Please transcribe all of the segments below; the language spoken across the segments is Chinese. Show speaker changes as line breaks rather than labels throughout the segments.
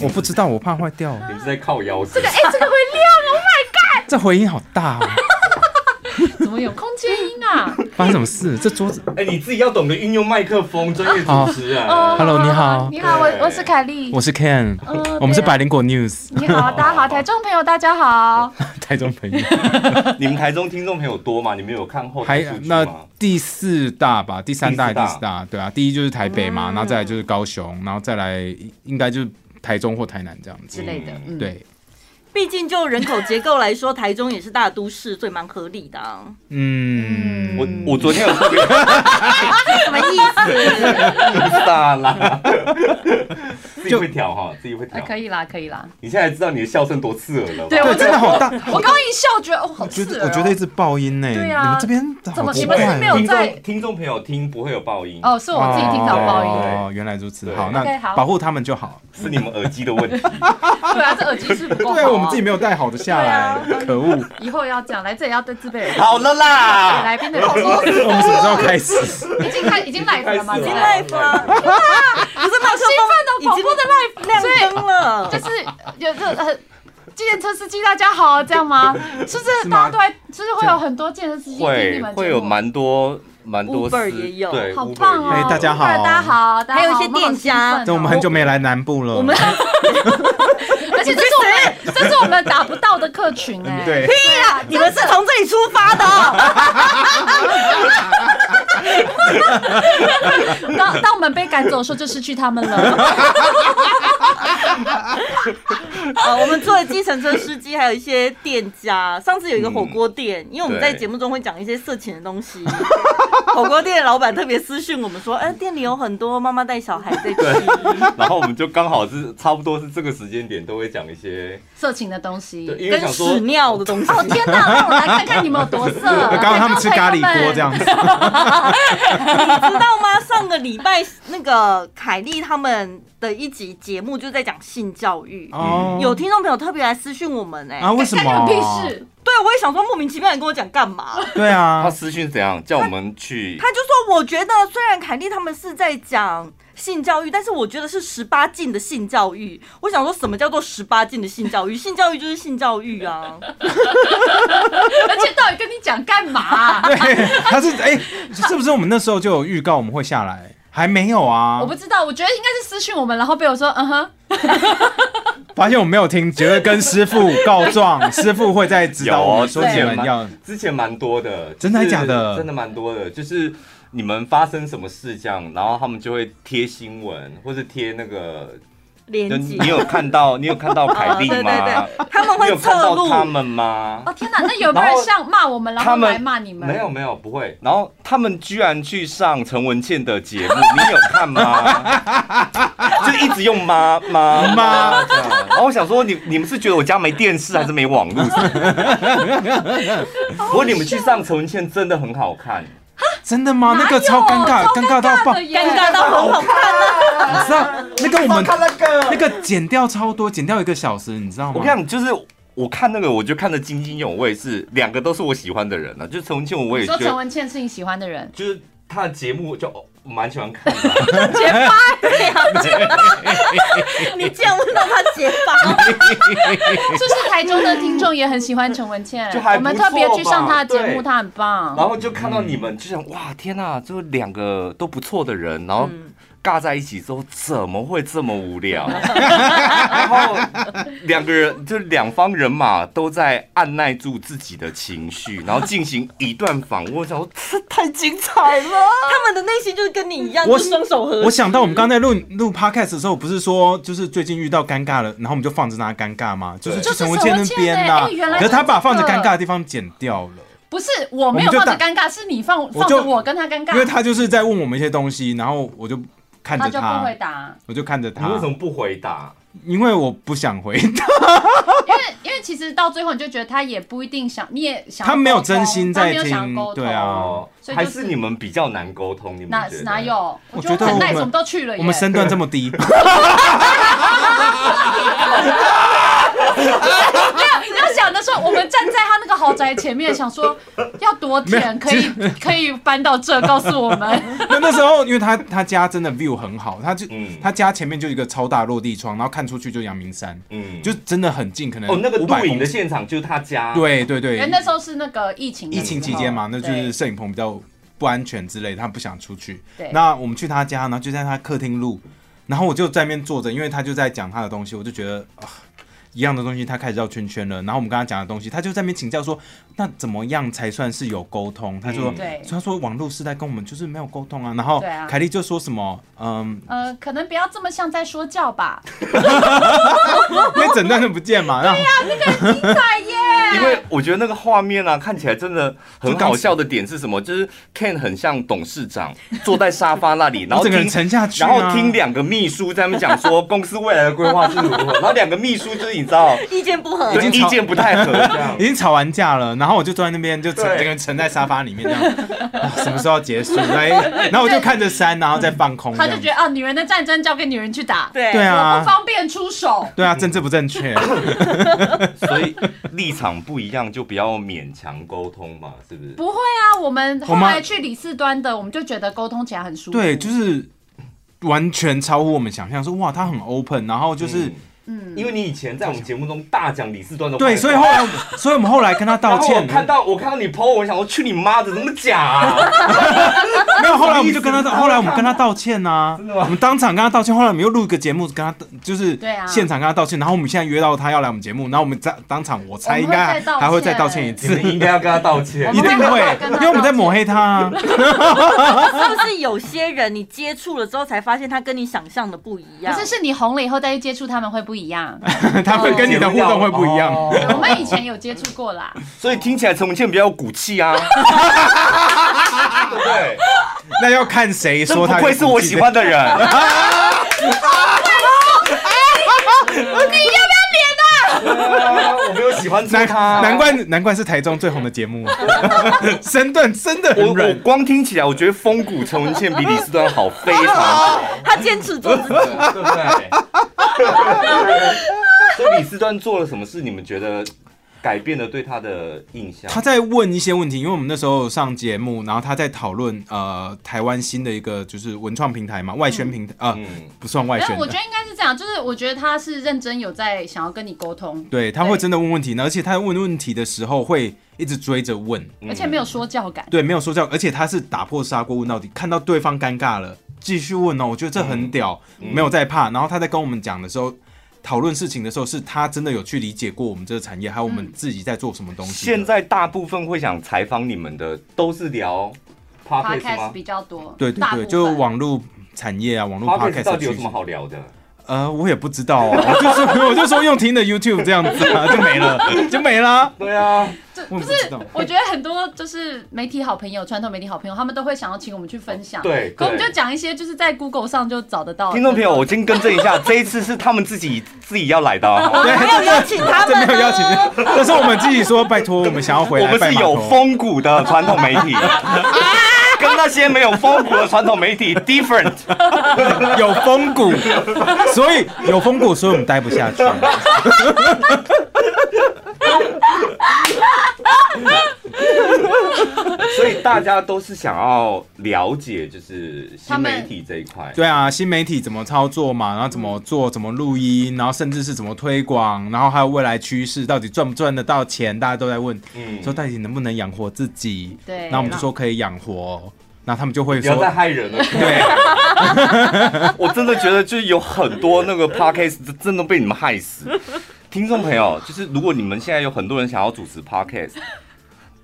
我不知道，我怕坏掉。
你们是在靠腰子？
这个哎、这个会亮哦，
这回音好大哦，
怎么有空间音啊？
发生什么事？这桌子，
哎、你自己要懂得运用麦克风，专业啊主持人。
哦
Hello，你好
你好，我我是凯莉，
我是 Ken，
呃
我们是
对啊
百灵果 News，
你好，大家好，台中朋友大家好，
台中朋友，
你们台中听众朋友多吗？你们有看后
还
台数据
那
吗？
第四大吧，第三大
第四大
第四大，对啊，第一就是台北
嗯
嘛，然后再来就是高雄，然后再来应该就是台中或台南这样
之
子，
类的，嗯，
对，
毕竟就人口结构来说，台中也是大都市，所以蛮合理的、啊。
嗯，
我我昨天有特别
什么意思？
大啦， 自己会调哈，自己会
啊
调。
可以啦，可以啦。
你现在知道你的笑声多刺耳了吧？
对
对，真的好大，
我刚刚一笑，觉得哦，好
我觉
刺
得
耳、哦。
我觉得一直爆音呢，啊你
对啊
们这边
怎
好
么
奇
你
怪
们
哦，
是没有
听
在
众听众朋友听不会有爆音，
哦，是我自己听到爆音。
音
哦，原来如此，
对
好，那
OK，好
保护他们就好。
是你们耳机的问题。
对啊，这耳机是不够好、啊
对啊，我们自己。没有带好的下来，可恶！
以后要这样，来这里要对自备耳机。
好了
给
啦，
来宾的耳机
我们什么时候开始？
已经开，已经 live 了嘛，
已
对
经
不
已经
对？
live 了不是麦克
兴奋哦
风，
广播的
live 亮灯了
就。是啊有这呃，计程车司机大家好，这样吗？是不是大家都在，就是会有很多计程车司机听你
会
们
会
节
有
目
蛮多蛮多
Uber
司
也有
对，
好
Uber
棒哦！
也有
哎大家好
大家好，大家好
还有一些店家
我
对，我们
好兴奋
很
哦
久没来南部了。
我们
而且这是我们，这是我们达不到的客群哎。
对，
屁啦！你们是从这里出发的哦，
当当我们被赶走的时候，就失去他们了。
呃，我们除了计程车司机，还有一些店家。上次有一个火锅店，因为我们在节目中会讲一些色情的东西， 火锅店的老板特别私讯我们说，哎、店里有很多妈妈带小孩在吃。
对， 然后我们就刚好是差不多是这个时间点都会讲一些，
色情的东西。
对，因为
跟
想说
屎尿的东西。
哦天哪，让我来看看你们有多色。
刚刚他们吃咖喱锅这样子。
知道吗？上个礼拜那个凯莉他们的一集节目就在讲性教育，
哦
有听众朋友特别来私讯我们哎、
啊？为什
干你
么？
们屁事？
对我也想说莫名其妙你跟我讲干 嘛？
对
他
啊，
私讯怎样叫我们去
他，就说我觉得虽然凯莉他们是在讲。性教育，但是我觉得是十八禁的性教育。我想说，什么叫做十八禁的性 教育？性教育就是性教育啊！
而且到底跟你讲干嘛啊？
对，他是哎，是不是我们那时候就有预告我们会下来？还没有啊
我，不知道，我觉得应该是私讯我们，然后被我说嗯哼，
发现我没有听，觉得跟师傅告 状，师傅会再指导我们说
之
你
前
啊
们要
蛮之前蛮多的，
真的还
就是
假的
真的蛮多的，就是你们发生什么事这样，然后他们就会贴新闻或者贴那个，
连
就
接
你有看到你有看到凯 莉
哦对对
吗？
对，他们
你
会
有看
侧
到
录，
他们吗？
哦天哪，那有没有
然
人
后
像骂我们，然后
他们
来骂你们？
没有，没有不会，然后他们居然去上陈文茜的节目，你有看吗？ 就一直用妈妈
妈
这样，然后我想说你你们是觉得我家没电视还是没网 络？不过你们去上陈文茜真的很好看，
真的吗？
哪有
啊那个超尴尬，
超
尴尬到爆，
的
你
耶
尴尬到很好看啊！
知道那个我们
那个
那个剪掉超多，剪掉一个小时，你知道吗？
我跟你讲，就是我看那个，我就看得津津有味，是两个都是我喜欢的人啊。就是陈文茜，我也
你
觉
说陈
得，
文茜是你喜欢的人，
就是他的节目就哦我蛮喜欢看的、
结巴，对啊，结巴， 你竟然问到他结 巴，
就是台中的听众也很喜欢陈文茜，
就还
我
不错
们
吧
特别去上她的节目，
对
她很
然
棒。
后就
嗯
看到你们，就想哇，天呐、啊，就两个都不错的人，然后
嗯
尬在一起之后，怎么会这么无 聊？然后两个人就两方人马都在按耐住自己的情绪，然后进行一段访问，我想说这太精彩了。
他们的内心就是跟你一样，
我
就是双手合十
我想到我们刚才录录 podcast 的时候，不是说就是最近遇到尴尬了，然后我们就放着那尴尬吗？就是去陈文茜那边呐、
就是陈文茜哎原来
可是他把
是这
放
个
着尴尬的地方剪掉了，
不是我没有放
我们就
着
大
尴尬，是你放
就
放着我跟她尴尬，
因为他就是在问我们一些东西，然后我就看
她
着
就不
他
回，答，
我就看着
你为什
他，
么不回答？
因为我不想回
哦
答，
因为因为其实到最后你就觉得她也不一定想，你也想要
他没有
沟通
真心
她
在
没有想
听
要沟通
对啊
哦，
所以就
还
是
是你们比较难沟通，你们
哪
觉得
哪？有？我
我
觉
觉
得
得
很
我
nice，
们
我们都去了耶，
我们身段这 么低，
没有，你要想的的时候，我们站在他那个豪宅前面，想说要多 甜可以可以搬到这，告诉我们。
那那时候，因为他他家真的 view 很好，他就、
嗯
他家前面就一个超大落地窗，然后看出去就阳明山，
嗯，
就真的很近，可能
哦，那个
五百
录
公
影的
里。
现场就是他家，，
对 对
因为
对，
那时候是那个疫情的时
疫
候，
情期间嘛，那就
对
是摄影棚比较不安全之类的，他不想出去
对。
那我们去他家，然后就在他客厅录，然后我就在那边坐着，因为他就在讲他的东西，我就觉得啊。一样的东西，他开始绕圈圈了。然后我们跟他讲的东西，他就在那边请教说，那怎么样才算是有沟通？他说，
嗯
对
所以他说网络时代跟我们就是没有沟通啊。然后
对啊
凯莉就说什么，嗯，
呃，可能不要这么像在说教吧。
因为
啊
整段都不见嘛，然后
因为我觉得那个画面啊，看起来真的很
就刚
好笑的点是什么？就是 Ken 很像董事长坐在沙发那里，然
我
后
整个人
听
沉下去、啊，
然后听两个秘书在那边讲说公司未来的规划是如何，然后两个秘书就是你知道，
意见不合
已
对，
经
意
吵
见不太合这样
已。经吵完架了，然后我就坐在那边，就沉
对
整个人沉在沙发里面 这样，啊、什么时候要结束？来，然后我就看着山，然后再放空这
他就
样
觉。得啊，女人的战争交给女人去打，
对
对
我
啊
不，方便出手。
对啊，政治不正确，
所以立场不一样就不要勉强沟通嘛，是不是？
不会啊，我们后
我
来
们
去李四端的，我们就觉得沟通起来很舒服。
对，就是完全超乎我们想象，说哇，他很 open，然后就是、
嗯，因为你以前在我们节目中大讲李四端的坏话，
对，所以后来我们，所以我们后来跟他道
然后我
歉，
看到我看到你 PO，我想说去你妈的，怎么假啊？
没有，后来我们就跟他道，
什么意思
后来我们跟他道歉呐、
真的吗
我们当场跟他道歉，后来我们又录一个节目跟他，就是
对啊
现场跟他道歉，然后我们现在约到他要来我们节目，然后我们在当场，我
我
猜
们
应
会
该
再道
还还会再道歉一
歉
次，
你们应该要跟他道歉
我
一
们。
定
会
会
再跟他，
因为我们
道
在
歉
抹黑他啊。
是不是有些人你接触了之后才发现他跟你想象的不一
可
样？
是是你红了以后再去接触他们会不一 样。
他会跟你的互动会不一样。
哦
我们以前有接触过 啦，
所以听起来陈文倩比较有骨气啊，对不 对？
那要看谁
真
说
不
他
愧是我喜欢的人，
你要不
啊我没有喜欢
难
错他，
难怪难怪是台中最红的节目， 身段真的
我
很
我
软。
光听起来，我觉得风骨陈文倩比李斯端好非常
他坚持做自己，
多，对不对？所以李斯端做了什么事？你们觉得改变了对他的印象？
他在问一些问题，因为我们那时候上节目，然后他在讨论呃台湾新的一个就是文创平台嘛，外宣平台啊、
嗯，
不算外
要？没
宣
哎有，我觉
的。
得应该是这样，就是我觉得他是认真有在想要跟你沟通，
对，他
对
会真的问问题，而且他问问题的时候会一直追着问，
嗯
而且没有说教感。
对，没有说教，而且他是打破砂锅问到底，看到对方尴尬了，继续问哦，我觉得这很屌，
嗯
没有在怕。然后他在跟我们讲的时候，讨论事情的时候，是他真的有去理解过我们这个产业，还有我
嗯
们自己在做什么东西的。
现在大部分会想采访你们的都是聊
啊
podcast
Podcast
吗
比较多，
对对
大部
对，
分
就网络产业啊，网络
podcast
podcast
到
的
底
趋
有
势
什么好聊的？
呃，我也不知道、哦，我就说我就说用听的 YouTube 这样子啊，就没了，就没了。
对啊，
我也不知道，
我觉得很多就是媒体好朋友、传统媒体好朋友，他们都会想要请我们去分享。
对
可我们
对
就讲一些就是在 Google 上就找得到。
听众朋友，我先更正一下，这一次是他们自己 自己要来的哦、
我们没有邀请他
这
们哦
没有邀请
呢。，
但是我们自己说，拜托，我们想要回
我
来
们
拜
是
码
有
头。
风骨的传统媒 体，跟那些没有风骨的传统媒体 different。
有风骨，所以有风骨，所以我们待不下去。
所以大家都是想要了解，就是新媒体这一块。
对啊，新媒体怎么操作嘛，然后怎么做，怎么录音，然后甚至是怎么推广，然后还有未来趋势，到底赚不赚得到钱，大家都在问，
嗯
说到底能不能养活自己？
对
那我们就说可以养活，那他们就会
不要再
说，
害人了。对， 我真的觉得就是有很多那个 podcast 真的被你们害死。听众朋友，就是如果你们现在有很多人想要主持 podcast。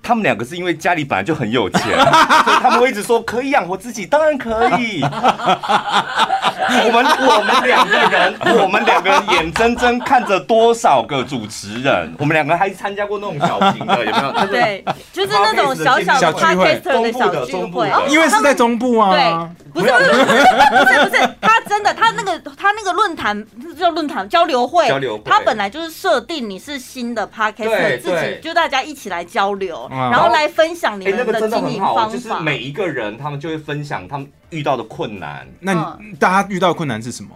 他们两个是因为家里本来就很有钱，所 以他们会一直说可以养活自己，当然可以。我们我们两个人，我们两个人眼睁睁看着多少个主持人，我们两个还参加过那种小型的，有没有？
对，就是那种小小
小聚会
podcaster 的小聚
中部
会
的中部。的
因为是在中部啊，
对，不 是不是不是不是不是，他真的，他那个他那个论坛叫论坛交流会，
交流会
他本来就是设定你是新的 podcast，
对
自己
对
就大家一起来交流，
嗯
然后来分享你
哎、那
们
个真的
经
很
营
好，
方
就是
法。
每一个人他们就会分享他们遇到的困难。
嗯
那你大家遇到的困难是什么？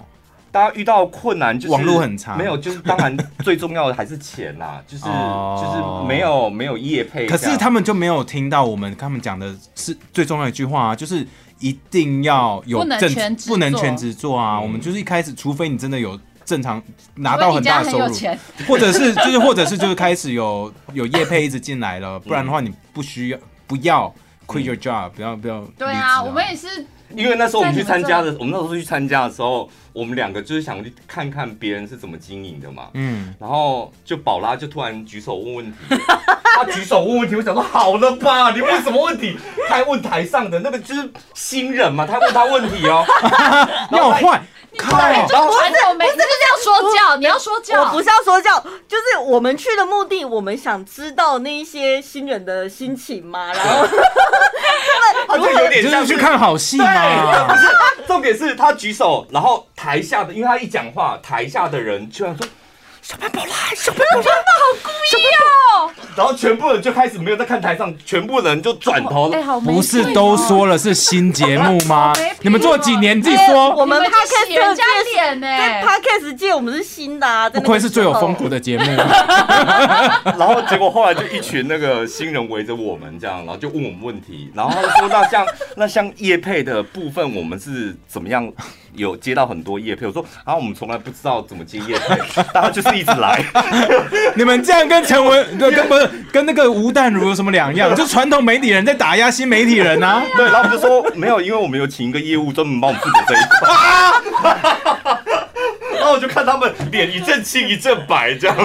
大家遇到困难就是
网络很差
没有，就是当然最重要的还是钱 啦，就是
哦
就是没有没有业配这
可
样，
是他们就没有听到我们他们讲的是最重要的一句话啊，就是一定要有
不能
正
全职
不能
做
全职做啊。
嗯
我们就是一开始，除非你真的有正常拿到很大的
除非
收
你家很有钱，
入， 或者是就是或者是就是开始有有业配一直进来了，不然的话你不需要不要 quit your job，不要不要
对
离职
啊，我们也是
哦
因为那时候我们去参加的，我们那时候去参加的时候，我们两个就是想去看看别人是怎么经营的嘛。
嗯，
然后就宝拉就突然举手问问题， 他举手问问题，我想说好了 吧，你问什么问题？他还问台上的那个就是新人嘛，他问他问题哦，
要换 靠，
然后
传统美，你就是要说教，你要说
我
教，
不是要说教，就是我们去的目的，我们想知道那一些新人的心情嘛，然后
他就啊有点
就
像
是去看好戏嘛
不。是，重点是他举手，然后台下的，因为他一讲话，台下的人居然说。小潘宝拉，小潘宝拉，
哦，
然后全部人就开始没有在看台上，全部人就转头了
哎，。好没
不
品
是
哦
都说了是新节目吗
没品哦？
你们做几年？你自己
哎
说
我。
你们
们
去
podcast
洗人家
界是
脸呢、欸
在 podcast 界我们是新的啊，在
不
那个
愧是最有
时候
风骨的节目，
然后结果后来就一群那个新人围着我们这样，然后就问我们问题，然后他就说那像那像叶配的部分，我们是怎么样有接到很多叶配？我说啊，我们从来不知道怎么接叶配，大家就是一直来。
你们这样跟陈文、跟跟不是跟那个吴淡如有什么两样？就传统媒体人在打压新媒体人啊！
对，然后我们就说没有，因为我们有请一个业务专门帮我们负责这一块。 然后我就看他们脸一阵青一阵白这样，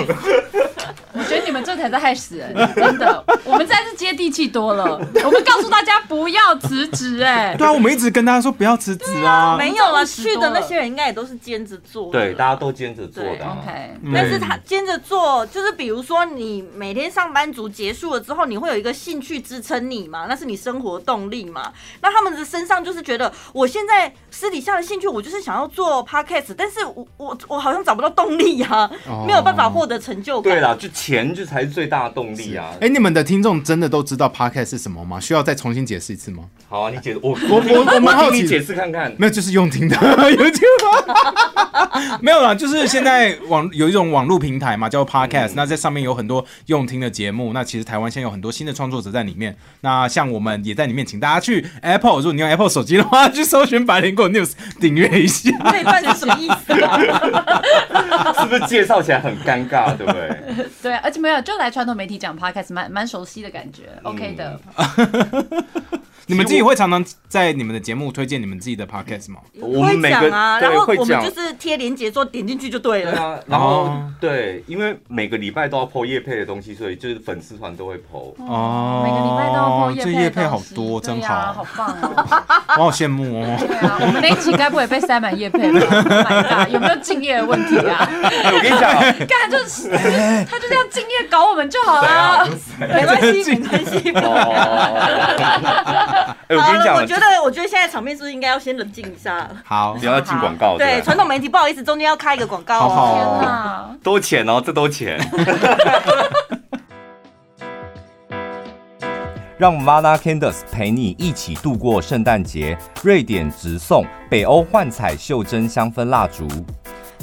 我觉得你们这才在害死人，真的。我们真的是接地气多了，我们告诉大家不要辞职、哎，
对啊，我们一直跟大家说不要辞职啊。
没有了，
我们这种
去的那些人应该也都是兼着做的，
对，大家都兼着做的、啊。
，OK，
嗯
但是他兼着做，就是比如说你每天上班族结束了之后，你会有一个兴趣支撑你嘛，那是你生活动力嘛。那他们的身上就是觉得，我现在私底下的兴趣，我就是想要做 podcast，但是我我我好像找不到动力呀、
哦
没有办法获得成就感。
对啦，就钱就才是最大的动力啊！
哎，你们的听众真的都知道 podcast 是什么吗？需要再重新解释一次吗？
好啊，你解我
我我我蛮好
听
奇
你解释看看。
没有，就是用听的 YouTube，没 有啦，就是现在网有一种网络平台嘛，叫 Podcast，、
嗯
那在上面有很多用听的节目。那其实台湾现在有很多新的创作者在里面，那像我们也在里面，请大家去 Apple，如果你用 Apple 手机的话，去搜寻百灵果 News 订阅一下。
这一段是什么意思啊？
是不是介绍起来很尴尬，对不 对？
对，而且没有，就来传统媒体讲 podcast，蛮蛮熟悉的感觉、o k 的。
嗯你们自己会常常在你们的节目推荐你们自己的 Podcast 吗？
我们每
会
个
讲啊，
对
然后
会
我们
讲
就是贴链接之后点进去就对
对
了。
啊，然后、
哦
对，因为每个礼拜都要 PO 叶配的东西，所以就是粉丝团都会 PO。
哦
每个礼拜都要播业
这
配
业
的
配好
东西
多，真
对
好，
啊，好棒哦！
我好羡慕 哦。
对啊，我们那一集该不会被塞满业配吧 Oh？My God，有没有敬业的问题啊？
哎我跟你讲，
干就是他就这样敬业搞我们就
哎
好啦。
没关系，没关系。
哦哎、我
好
跟你
了，
讲，
我觉得，我觉得现在场面是不是应该要先冷静一下？
好
你，要进广告，
对，传统媒体不好意思，中间要开一个广告
哦
哦。
好好
天哪！
都钱哦，这都钱。 让 Vana Candice 陪你一起度过圣诞节。瑞典直送北欧幻彩袖珍香氛蜡烛，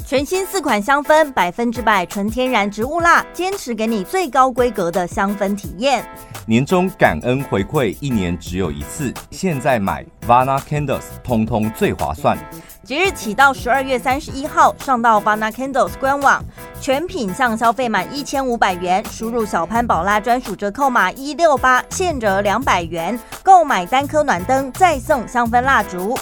全新四款香氛，百分之百纯天然植物蜡，坚持给你最高规格的香氛体验。
年终感恩回馈一年只有一次，现在买 Vana Candice 通通最划算。
即日起到十二月三十一号，上到 Vana Candles 官网，全品项消费满一千五百元，输入小潘宝拉专属折扣码一六八，现折两百元，购买单颗暖灯再送香氛蜡烛。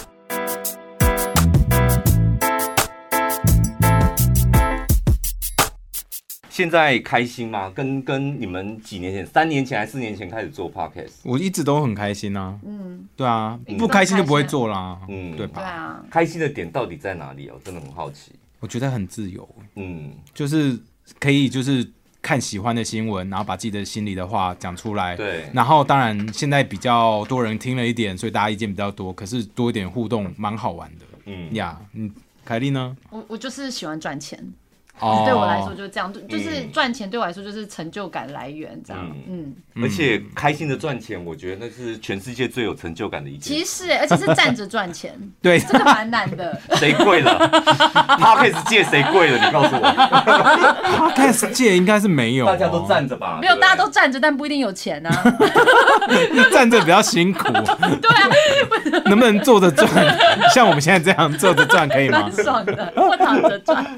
现在开心吗？跟跟你们几年前，三年前还是四年前开始做 podcast，
我一直都很开心啊。
嗯，
对啊
嗯，
不开心就不会做啦，
嗯
对吧？
对啊，
开心的点到底在哪里哦？真的很好奇。
我觉得很自由，
嗯，
就是可以就是看喜欢的新闻，然后把自己的心里的话讲出来。。
对。
然后当然现在比较多人听了一点，所以大家意见比较多，可是多一点互动蛮好玩的。
嗯
呀，嗯，凯莉呢？
我我就是喜欢赚钱。
哦嗯
对我来说就是这样，就就是赚钱对我来说就是成就感来源这样。嗯，
而且开心的赚钱，我觉得那是全世界最有成就感的一件
其
事。
实而且是站着赚钱，
对
这个蛮难 的。
谁贵了 ？Podcast 界谁贵了？你告诉我，
，podcast 界应该是没有哦，
大家都站着吧？
没有，
对不对
大家都站着，但不一定有钱啊。
站着比较辛苦，
对啊，
能不能坐着转？ 像我们现在这样坐着转可以吗
蛮？爽的，我躺着 赚。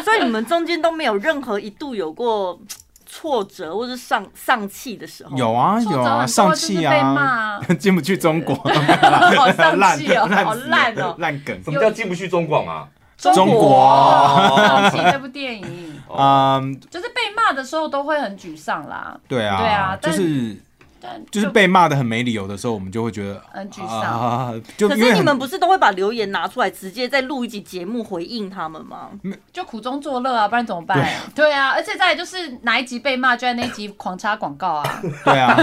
所以你们中间都没有任何一度有过嘖挫折或是丧丧气的时候。
有啊有啊，上气
被骂
啊，
啊，
进不去中国，
好丧
烂
气哦，好
死了
烂哦。
烂梗。
什么叫进不去中广啊？
中国
丧气哦这部电影，
嗯，
就是被骂的时候都会很沮丧啦，
对啊，
对啊
就
但
是
但
就是被骂的很没理由的时候，我们就会觉得
很沮丧。
啊，就
可
因为
是你
很
们不是都会把留言拿出来，直接再录一集节目回应他们吗？
就苦中作乐啊，不然怎么办？对啊，而且再来就是哪一集被骂，就在那一集狂插广告啊，
对 啊，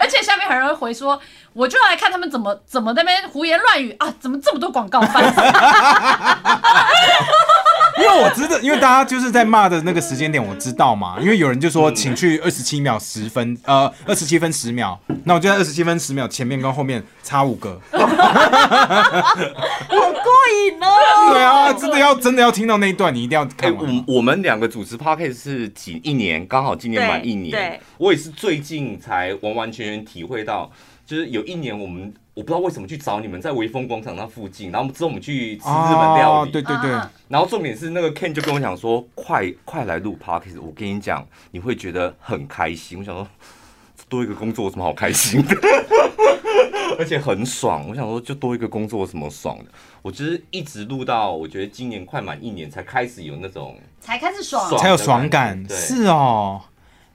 而且下面还有人会回说，我就要来看他们怎么怎么在那边胡言乱语啊，怎么这么多广告翻？
因为我知道，因为大家就是在骂的那个时间点，我知道嘛。因为有人就说，
嗯
请去二十七秒十分，呃，二十七分十秒。那我就在二十七分十秒前面跟后面差五 个。
好过瘾哦！
对啊，真的要真的要听到那一段，你一定要
哎、
看完。
我我们两个主持 podcast 是几一年，刚好今年满一
对
年
对。
我也是最近才完完全全体会到，就是有一年我们我不知道为什么去找你们在微风广场那附近，然后之后我们去吃日本料
哦
理，，
对对对，
啊
然后重点是那个 Ken 就跟我讲说，快快来录 podcast，我跟你讲，你会觉得很开心。我想说，多一个工作有什么好开心的？ 而且很爽。我想说，就多一个工作有什么爽的？我就是一直录到我觉得今年快满一年才开始有那种
才开始爽，
爽
才有爽感
的。感觉对
是哦。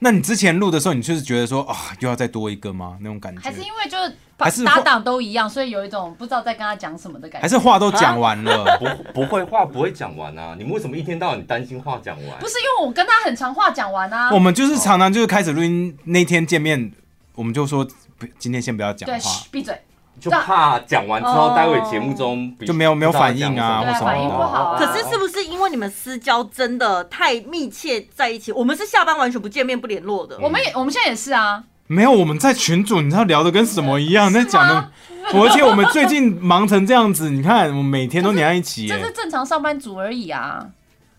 那你之前录的时候，你就是觉得说啊，又要再多一个吗？那种感觉
还，是因为就是
还是
打档都一样，所以有一种不知道在跟他讲什么的感
还
觉。
是话都讲完
啊
了，
不不会话不会讲完啊！你们为什么一天到晚担心话讲完
不？是因为我跟他很长话讲完啊
我，们就是常常就是开始录音那天见面，我们就说不今天先不要讲
对，
话
嘘，闭嘴，
就怕讲完之后，
哦
待会节目中比
就没有没有
不知道
反应啊
讲
对啊，
或什么的
反应不好啊。
可是是不是因为你们私交真的太密切在一起？我们是下班完全不见面、不联络的。
嗯
我们也我们现在也是啊，
没有，我们在群组，你知道聊的跟什么一样，在 讲的。我而且我们最近忙成这样子，你看，我们每天都黏在一起
这是
耶。
正常上班族而已啊。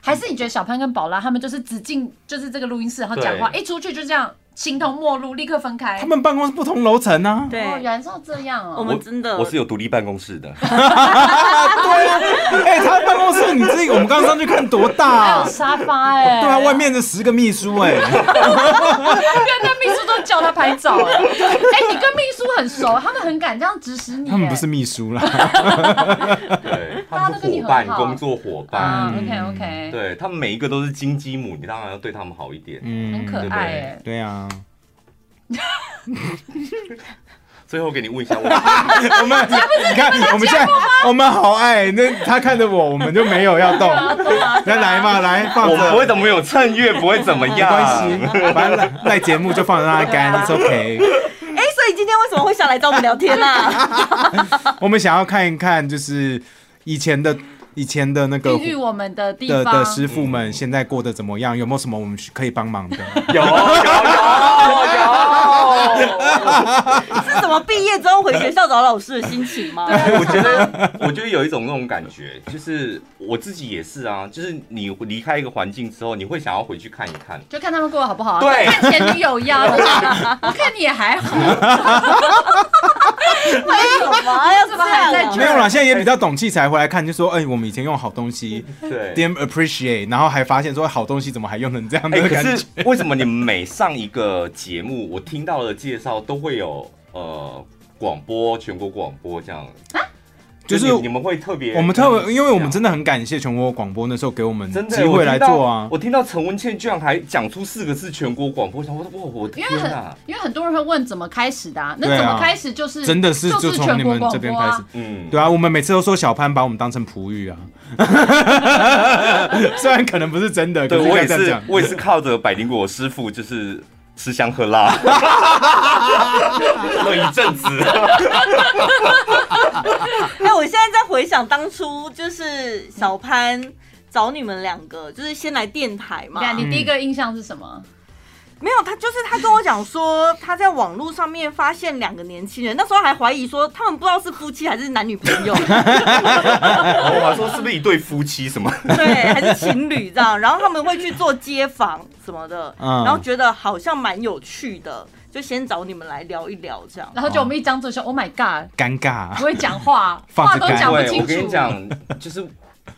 还是你觉得小潘跟宝拉他们就是只进就是这个录音室，然后讲话，
对
一出去就这样形同陌路，立刻分开。
他们办公室不同楼层啊，
哦，
对
原，来是这样哦。
我们真的
我是有独立办公室的。
哎、他办公室你自己，我们刚上去看多大、
还 有
啊，
沙发哎、
对啊，外面的十个秘书哎、
对那秘书都叫他拍照哎、哎、你跟秘书很熟，他们很敢这样指使你、哎
他们不是秘书啦，
对，
大家
他们
都
是
跟你
伙
很
伴，
好
工作伙
啊
伴。
嗯
，OK OK，，
嗯对他们每一个都是金鸡母，你当然要对他们好一点。
很可
嗯，
爱哎、
对啊，
最后给你问一下， 我
我们 你看，我们现在我们好爱，那他看着我，我们就没有要 动，
啊
啊
来来嘛，来放
我们不会
着，
怎么有蹭月，不会怎么
没
样，
关系，反正赖赖节目就放着让它 干，it's OK。
哎、所以今天为什么会想来找我们聊天 啊？
我们想要看一看，就是以前的以前的那个
孕育我们的地
的
方，
的师傅们现在过得怎么样？有没有什么我们需可以帮 忙的？
有有啊有
哦是什么毕业之后回学校找老师的心情吗？
啊
有，我觉得我觉得有一种那种感觉，就是我自己也是啊，就是你离开一个环境之后，你会想要回去看一看。
就看他们过得好不好、啊。
对
看前女友一 样，啊我看你也还好，
没有嘛，要
怎么还在
没有啦，现在也比较懂器材，回来看就说，哎、我们以前用好东西
对，
，damn appreciate，然后还发现说好东西怎么还用成这样
哎、
的感
可
觉
是？为什么你们每上一个节目，我听到的介绍都会有呃广播全国广播这样？
就是
你你们会特别，
我们特别，因为我们
真
真的很感谢全国广播那时候给我们
真的
机会来做啊
我。听到我听到陈文倩居然还讲出四个字全国广播，我想说哇，我的
因
天
为很
啊！
因为很多人会问怎么开始的、啊，那
对啊
怎么开始就是、
真的是
就
就是从
全
你
国
们
广
这边
播
开始
啊。，
嗯，
对啊，我们每次都说小潘把我们当成璞 玉啊，虽然可能不是真的，可
对
是应
我
该
也
这样
是
讲，。
我也是靠着百灵果师傅就是吃香 喝辣了一阵子，
哎、我现在在回想当初，就是小潘找你们两个，就是先来电台嘛
啊你。看你第一
嗯
个印象是什么？
没有，他就是他跟我讲说，他在网络上面发现两个年轻人，那时候还怀疑说他们不知道是夫妻还是男女朋友，
然后我还说是不是一对夫妻什么？
对，还是情侣这样。然后他们会去做街访什么的，
嗯
然后觉得好像蛮有趣的，就先找你们来聊一聊这样。
然后就我们一张嘴说 “Oh my God”，
尴
不
尬，啊
会讲话，
哦放
话
着
都
干
讲不
对，
清
我跟你
楚。
讲，就是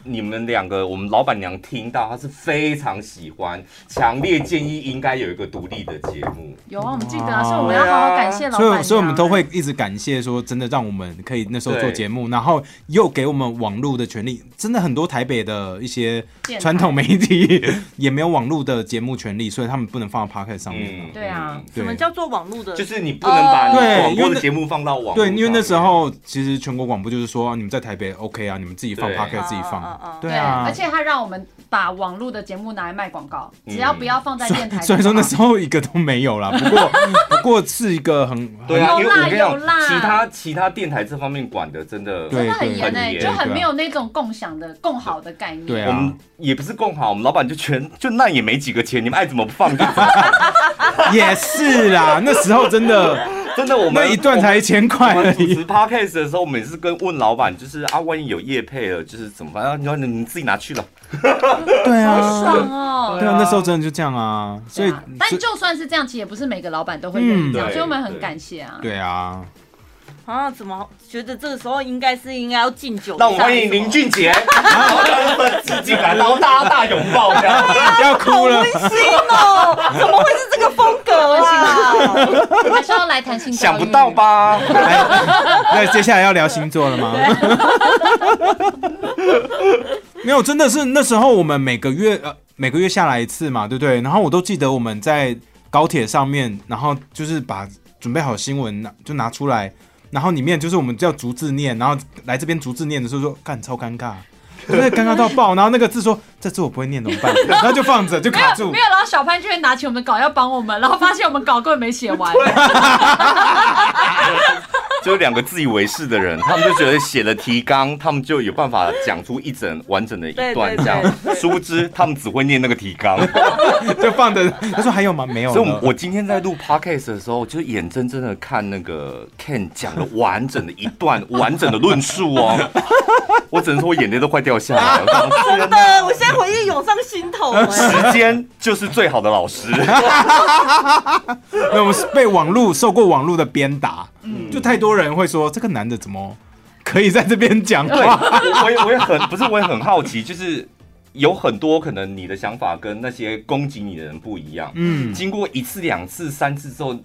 你们两个，我们老板娘听到，她是非常喜欢，强烈建议应该有一个独立的节目。
有啊，我们记得啊，所以我
哦
们要好好感谢老板
所
娘
以所以我们都会一直感谢说，真的让我们可以那时候做节目，然后又给我们网络的权利，真的很多台北的一些
电台
传统媒体也没有网络的节目权利，所以他们不能放到 p o c k e t 上面。
嗯，
对啊哦
对
什么叫做网络的？
就是你不能把你
对
广
因为
播的
那
节目放到网络
对，因为那
上
时
面
候其实全国广播就是说，你们在台北 OK 啊，你们自己放 p
对
o c k e t 自
嗯
己
啊啊啊
放
啊。
对啊，
而且他让我们把网络的节目拿来卖广告，只要不要放在 电台就好。
嗯所以说那时候一个都没有啦， 不过不过是一个很
对啊，因为我跟你讲
有啦有，啦
其他其他电台这方面管的真的，
对
真的 很严哎、
对
就很没有那种共享的、共好的概念。
对
我
啊
们，也不是共好，我们老板就全就那也没几个钱，你们爱怎么放就怎 么放。
也是 啦，那时候真的
真的，我
那
们
一段才一千块
我
而
们主
已。
持 podcast 的时候，我们也是跟问老板，就是啊，万一有业配了，就是怎么办？啊你说你你自己 拿去了，
对
好
啊，
爽哦、
对啊，那时候真的就这样啊，所以
对啊但
所以
就算是这样，其实也不是每个老板都会愿意这样，啊
嗯对
所以我们很感谢啊。
对啊，
啊，怎么觉得这个时候应该是应该要敬酒？
让我们欢迎林。俊 杰，然后让他们挤进来，然后大家大拥抱这样。
要哭了。
心哦，怎么会是这个风格啊？
还是要来 谈性教育
想不到？吧？
哎那接下来要聊星座了吗？没有，真的是那时候我们每个月呃每个月下来一次嘛，对不对？然后我都记得我们在高铁上面，然后就是把准备好新闻拿就拿出来，然后里面就是我们叫逐字念，然后来这边逐字念的时候说干超尴 尬。真的尴尬到爆，然后那个字说这字我不会念怎么 办？然后就放着就
没
卡
有
住
没，有，然后小潘就会拿起我们的稿要帮我们，然后发现我们稿根本没写 完，
啊
就两个自以为是的人，他们就觉得写了提纲，他们就有办法讲出一整完整的一段
对
这
对
样
对。对
殊不知他们只会念那个提纲。
就放着。他说还有吗？没有
所以
了
我，。我今天在录 podcast 的时候，就是眼睁睁的看那个 Ken 讲了完整的一段 完整的论述哦，我只能说我眼泪都快掉下来了。我想
真的，我现在回忆涌上心头哎。
时间就是最好的老师，
那我们是被网络受过网络的鞭打，就太多人会说这个男的怎么可以在这边讲
对，
话？
我也我也很不是，我也很好奇，就是有很多可能你的想法跟那些攻击你的人不一样。
嗯，
经过一次、两次、三次之后，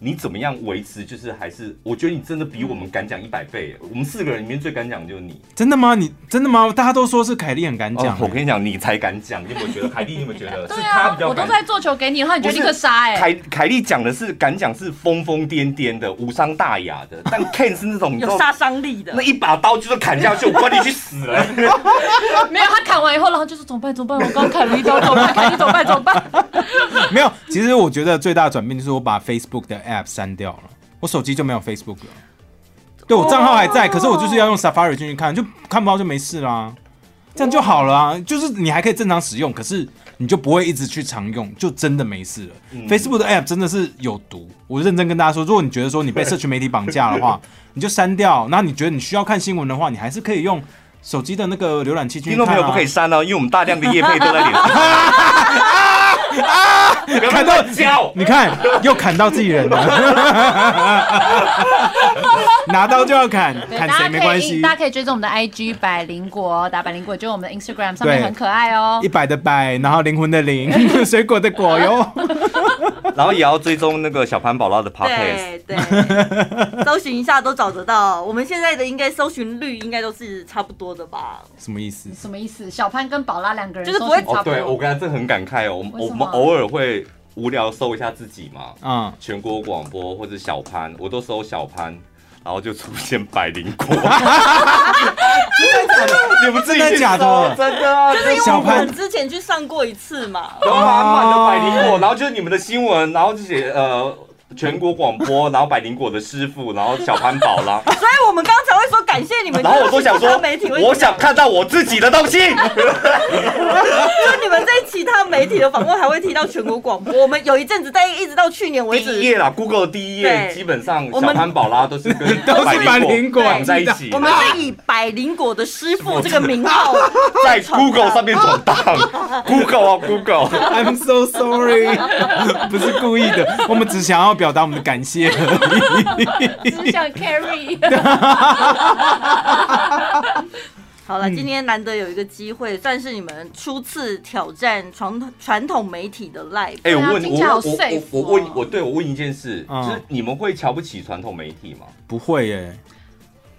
你怎么样维持？就是还是，我觉得你真的比我们敢讲一百倍。我们四个人里面最敢讲的就是你。
真的吗？你真的吗？大家都说是凯莉很敢讲、
哦我跟你讲，你才敢讲，你有没有觉得？凯莉，你有没有觉得？
对
是他
啊
比，较
我都
敢。
在做球给你，然后你就立刻杀哎、
凯凯莉讲的是敢讲是疯疯癫癫的无伤大雅的，但 Ken 是那种你知
有
道
杀伤力的
那，一把刀就是砍下去，我管你去死了。
没有他砍完以后，然后就说怎么办怎么办，我刚砍了一刀怎么办，凯莉怎么办怎么办？
没有。其实我觉得最大的转变就是我把 Facebook 的 App 删掉了，我手机就没有 Facebook 了。对我账号还
哦
在，可是我就是要用 Safari 进去看，就看不到就没事啦，这样就好了啊。就是你还可以正常使用，可是你就不会一直去常用，就真的没事了。Facebook
嗯
的 App 真的是有毒，我认真跟大家说，如果你觉得说你被 社群媒体绑架的话，你就删掉。然后你觉得你需要看新闻的话，你还是可以用手机的那个浏览器去
听
看、啊。
众朋友不可以删哦，因为我们大量的业配都在脸 上。看到叫，
你看，又砍到自己 人了，拿刀就要砍，
对，
砍
大
谁
家
没
可
关
以
系
大。家可以追踪我们的 IG 百灵果，打百灵果就是我们的 Instagram 上面
对
很可爱哦
一。百的百，然后灵魂的 灵，水果的果哟。
然后也要追踪那个小潘宝拉的 podcast。
对对， 搜寻一下都找得到。我们现在的应该搜寻率应该都是差不多的吧？
什么意思？
什么意思？小潘跟宝拉两个人
就是不会
搜寻
哦
差，不多
对，我跟他真的很感慨哦，我们
为
我
什
们
么
偶尔会无聊搜一下自己嘛。
嗯，
全国广播或者小潘，我都搜小潘，然后就出现百灵 果。你们自己去
真的
搜
假的
啊真的啊，
因为
小
我
潘
们之前去上过一次嘛。
然后满满的百灵果，然后就是你们的新闻，然后就写呃。全国广播，然后百灵果的师傅，然后小潘宝啦，
所以我们刚才会说感谢你们，
然后我都想
就是其
说
他媒体会，
我想看到我自己的东西。
就你们在其他媒体的访问还会提到全国广播，我们有一阵子在一直到去年为
第一
止，
页啦，Google 第一页
对
基本上
我
小
们
潘宝拉都是跟
都是百灵果
绑在一起，
我们是以百灵果的师傅这个名号
在
闯荡
Google 上面转 档，Google 啊 Google，
I'm so sorry，不 是故意的，我们只想要表达我们的感谢而已。
只想 carry。
好了，今天难得有一个机会，算是你们初次挑战传统传统媒体的 live。
哎，
对
我
啊
问
听
我
起来好
我我
safe
我
哦
问我对我问一件事，
嗯
就是你们会瞧不起传统媒体吗？
不会耶，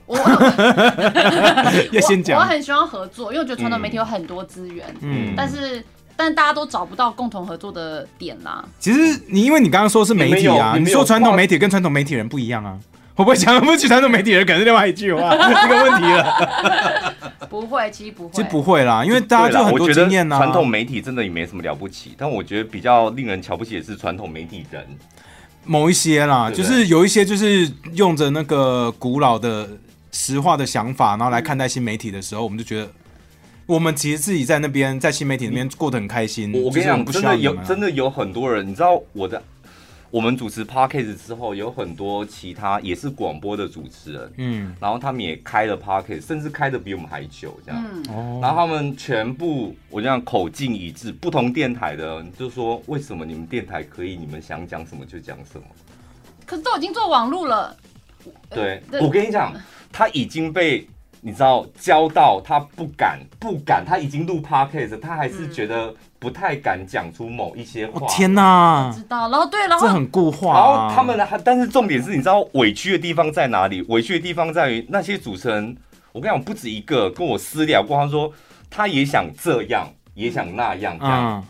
我我
要先
我
讲。
很希望合作，因为我觉得传统媒体有很多资源，
嗯，
但是但大家都找不到共同合作的点啦。
其实你因为你刚刚说是媒体啊，
你们有你
你
们有
说传统媒体跟传统媒体人不一样啊。会不会想不起传统媒体人，可能是另外一句话， 这个问题了。
不会，其实不会，
嗯其实不会啦，因为大家
对
就
啦
很
我
多
觉
经
得
验啊呐、
传统媒体真的也没什么了不起，但我觉得比较令人瞧不起的是传统媒体人。
某一些啦，
对
就
不对
是有一些就是用着那个古老的实话的想法，然后来看待新媒体的时候，我们就觉得我们其实自己在那边在新媒体那边过得很开心。
我我跟
嗯就是
你讲，
不
真
需要
的
你
有
们啊
真的有很多人，你知道我的，我们主持 podcast 之后，有很多其他也是广播的主持人，
嗯
然后他们也开了 podcast，甚至开的比我们还久，这样。
嗯，
哦
然后他们全部，我这样口径一致，不同电台的就说为什么你们电台可以，你们想讲什么就讲什么。
可是都已经做网路了，
呃
对，
对
我跟你讲，他已经被你知道教到他不敢不敢，他已经录 podcast，他还是觉得不太敢讲出某一些
我、
话。
嗯哦天哪
知，道？然后对，然
这
后
很固化、
然
啊。
后他们呢，还但是重点是，你知道委屈的地方在哪里？委屈的地方在于那些主持人，我跟你讲，不止一个跟我私聊过，他说他也想这样，也想那样，这样、
嗯，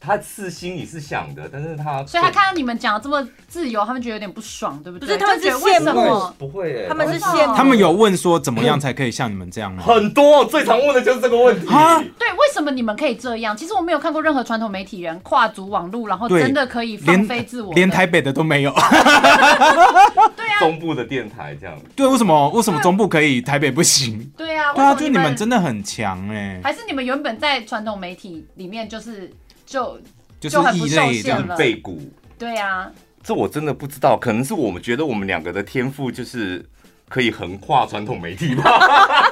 他是心里是想的，但是他
所以他看到你们讲的这么自由，他们觉得有点不爽，对不对？
不是他们是
就觉得为什
羡
么
慕？
不会耶，
他们是
真的哦
羡慕
他们有问说怎么样才可以像你们这样啊吗？
很多最常问的就是这个问题。
啊
对，为什么你们可以这样？其实我没有看过任何传统媒体人跨足网路，然后
对
真的可以放
连
飞自我的，
连台北的都没有。
对啊，
中部的电台这样，
对，为什么为什么中部可以，台北 不行？
对啊，
对啊，
为
就
什么
是你
你
们真的很强哎、
还是你们原本在传统媒体里面就是就
就是
就很不
异
受
类
限
这样
了。
背骨，
对啊，
这我真的不知道，可能是我们觉得我们两个的天赋就是可以横跨传统媒体吧。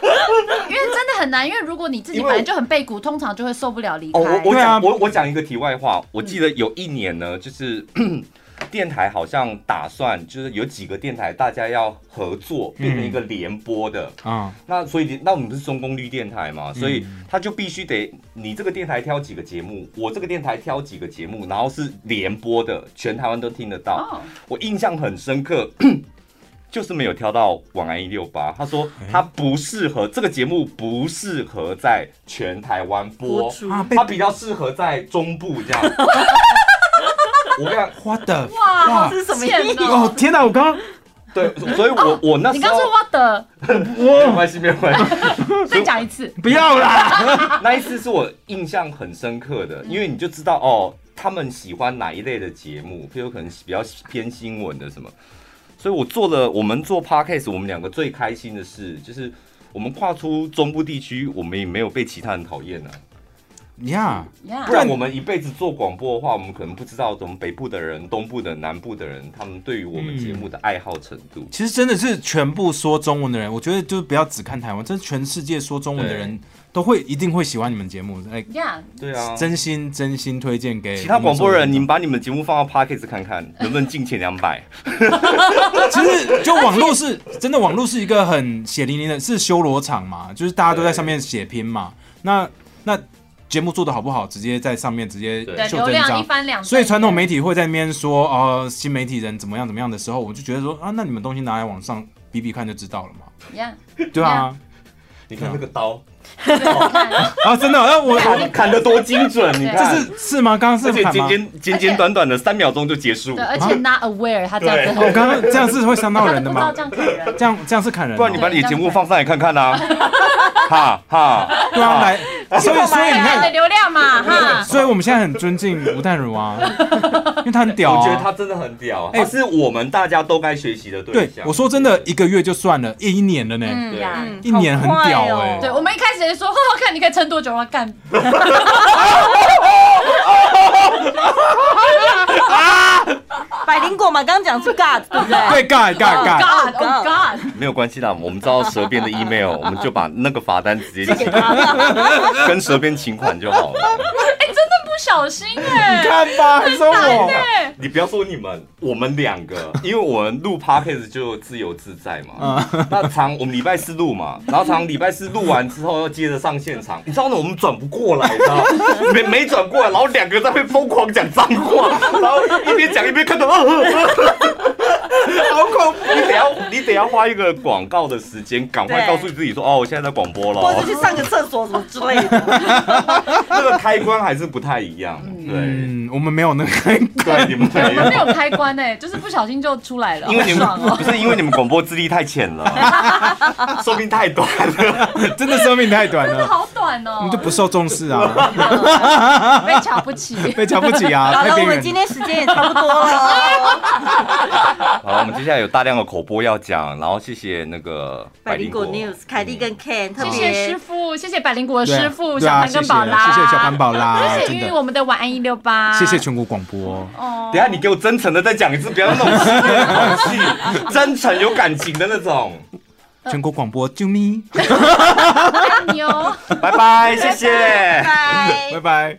因为真的很难，因为如果你自己
因
本
为
来就很背骨，通常就会受不了离开。
哦，我我
对
讲、
啊
我我讲一个题外话，我记得有一年呢，就是 电台好像打算就是有几个电台大家要合作，变成一个联播的。
啊、
那所以那我们不是中功率电台嘛，所以他就必须得你这个电台挑几个节目，我这个电台挑几个节目，然后是联播的，全台湾都听得到。
哦，
我印象很深刻， 就是没有挑到晚安一六八。他说他不适合、这个节目，不适合在全台湾播
播，出
啊，被
他比较适合在中部这样。 我跟你讲，
花的
哇，
哇
好
这是什么
贱
意思
哦
哦！
天哪，我刚 刚
对，所以我我那
你
时
刚
候
说 what 的，
没有关系，没有关系。
再讲一次。
不要啦。
那一次是我印象很深刻的，因为你就知道哦，他们喜欢哪一类的节目，譬如可能比较偏新闻的什么。所以我做了，我们做 podcast，我们两个最开心的事就是我们跨出中部地区，我们也没有被其他人讨厌啊。
呀、
呀
不然我们一辈子做广播的话，我们可能不知道怎么北部的人、东部的人、南部的人，他们对于我们节目的
嗯
爱好程度。
其实真的是全部说中文的人，我觉得就是不要只看台湾，这全世界说中文的人都会一定会喜欢你们节目，哎、
呀，
对啊，
真心真心推荐给
其他广播人，你
你
们把你们节目放到 podcast 看看，能不能进前两百？
其实 就网络是真的，网络是一个很血淋淋的，是修罗场嘛，就是大家都在上面血拼嘛。那那节目做的好不好，直接在上面直接
对
对，
秀
流
真
量一
章。
翻两倍。
所以传统媒体会在那边说，呃，新媒体人怎么样怎么样的时候，我就觉得说啊，那你们东西拿来往上比比看就知道了嘛。
呀，
对啊，
你看那个刀，
对
啊，真的，那 我
砍砍的多精准，你
这
看，
是是吗？刚刚是
而且
喊
简
吗？
简简简短短的三秒钟就结束
对，，而且 not aware，他这样子
对
啊我
很，
刚刚这样是会伤到
他
人
都不知
的
道
吗
这？样砍人。
这样这样是砍人哦，
不然你把你的节目放上来看看呐，哈哈，
对啊， 来，所以所以你
你的
看，
流量嘛，哈，
所以我们现在很尊敬吴淡如啊，因为他很屌
我
啊。
觉得他真的很屌，
哎
他是我们大家都该学习的对
对
象。
我说真的，一个月就算了，一一年了呢，
嗯呀，
嗯
一年很屌
好快
哎
哦。
对我们一开始也说，呵呵，看你可以撑多久，我要干，
百灵果嘛，刚刚讲是 God，对不对？
对，尬尬尬，
God，
God
oh God，
没有关系啦，我们知道蛇编的 email，我们就把那个罚单直接
给他
哦
跟蛇编请款就好了。
哎，真的不小心哎，
看吧，还说我
对，
你不要说你们，我们两个，因为我们录 podcast 就自由自在嘛。那常我们礼拜四录嘛，然后常礼拜四录完之后要接着上现场，你知道呢，我们转不过来，你知道吗没没转过来，然后两个在那边疯狂讲脏话，然后一边讲一边看到，呃呃呃好恐怖！你得要你得要花一个广告的时间，赶快
对
告诉自己说，哦，我现在在广播了
或者
哦。
去上个厕所什么之类的。
那个开关还是不太一样，对。
嗯，我们没有那个，
对，你们没
我们
有
没有开关哎，就是不小心就出来了，
因为你
好
们
爽哦。
不是因为你们广播资历太浅 了，寿命太短了。
真的生命太短
真的
了，
好短哦，
我们就不受重视啊，
被瞧不 起。
被瞧不起啊，
好
太
了，我
边
们
缘
今
了。
天时间也差不多了。
好，我们接下来有大量的口播要讲，然后谢谢那个
百灵果 News，凯蒂跟 Ken 特
谢谢师
别
傅，谢谢百灵果
对啊
师傅
对
小
啊
潘
谢谢
跟宝拉，
谢谢小潘宝拉，
谢谢
真
云云
的，
我们的晚安一六八，
谢谢全国广播。
哦
等一下你给我真诚的再讲一次，不要那种戏那种戏，真诚有感情的那种。
全国广播，啾咪，
爱你哦。
拜拜，谢谢。
拜
拜。拜。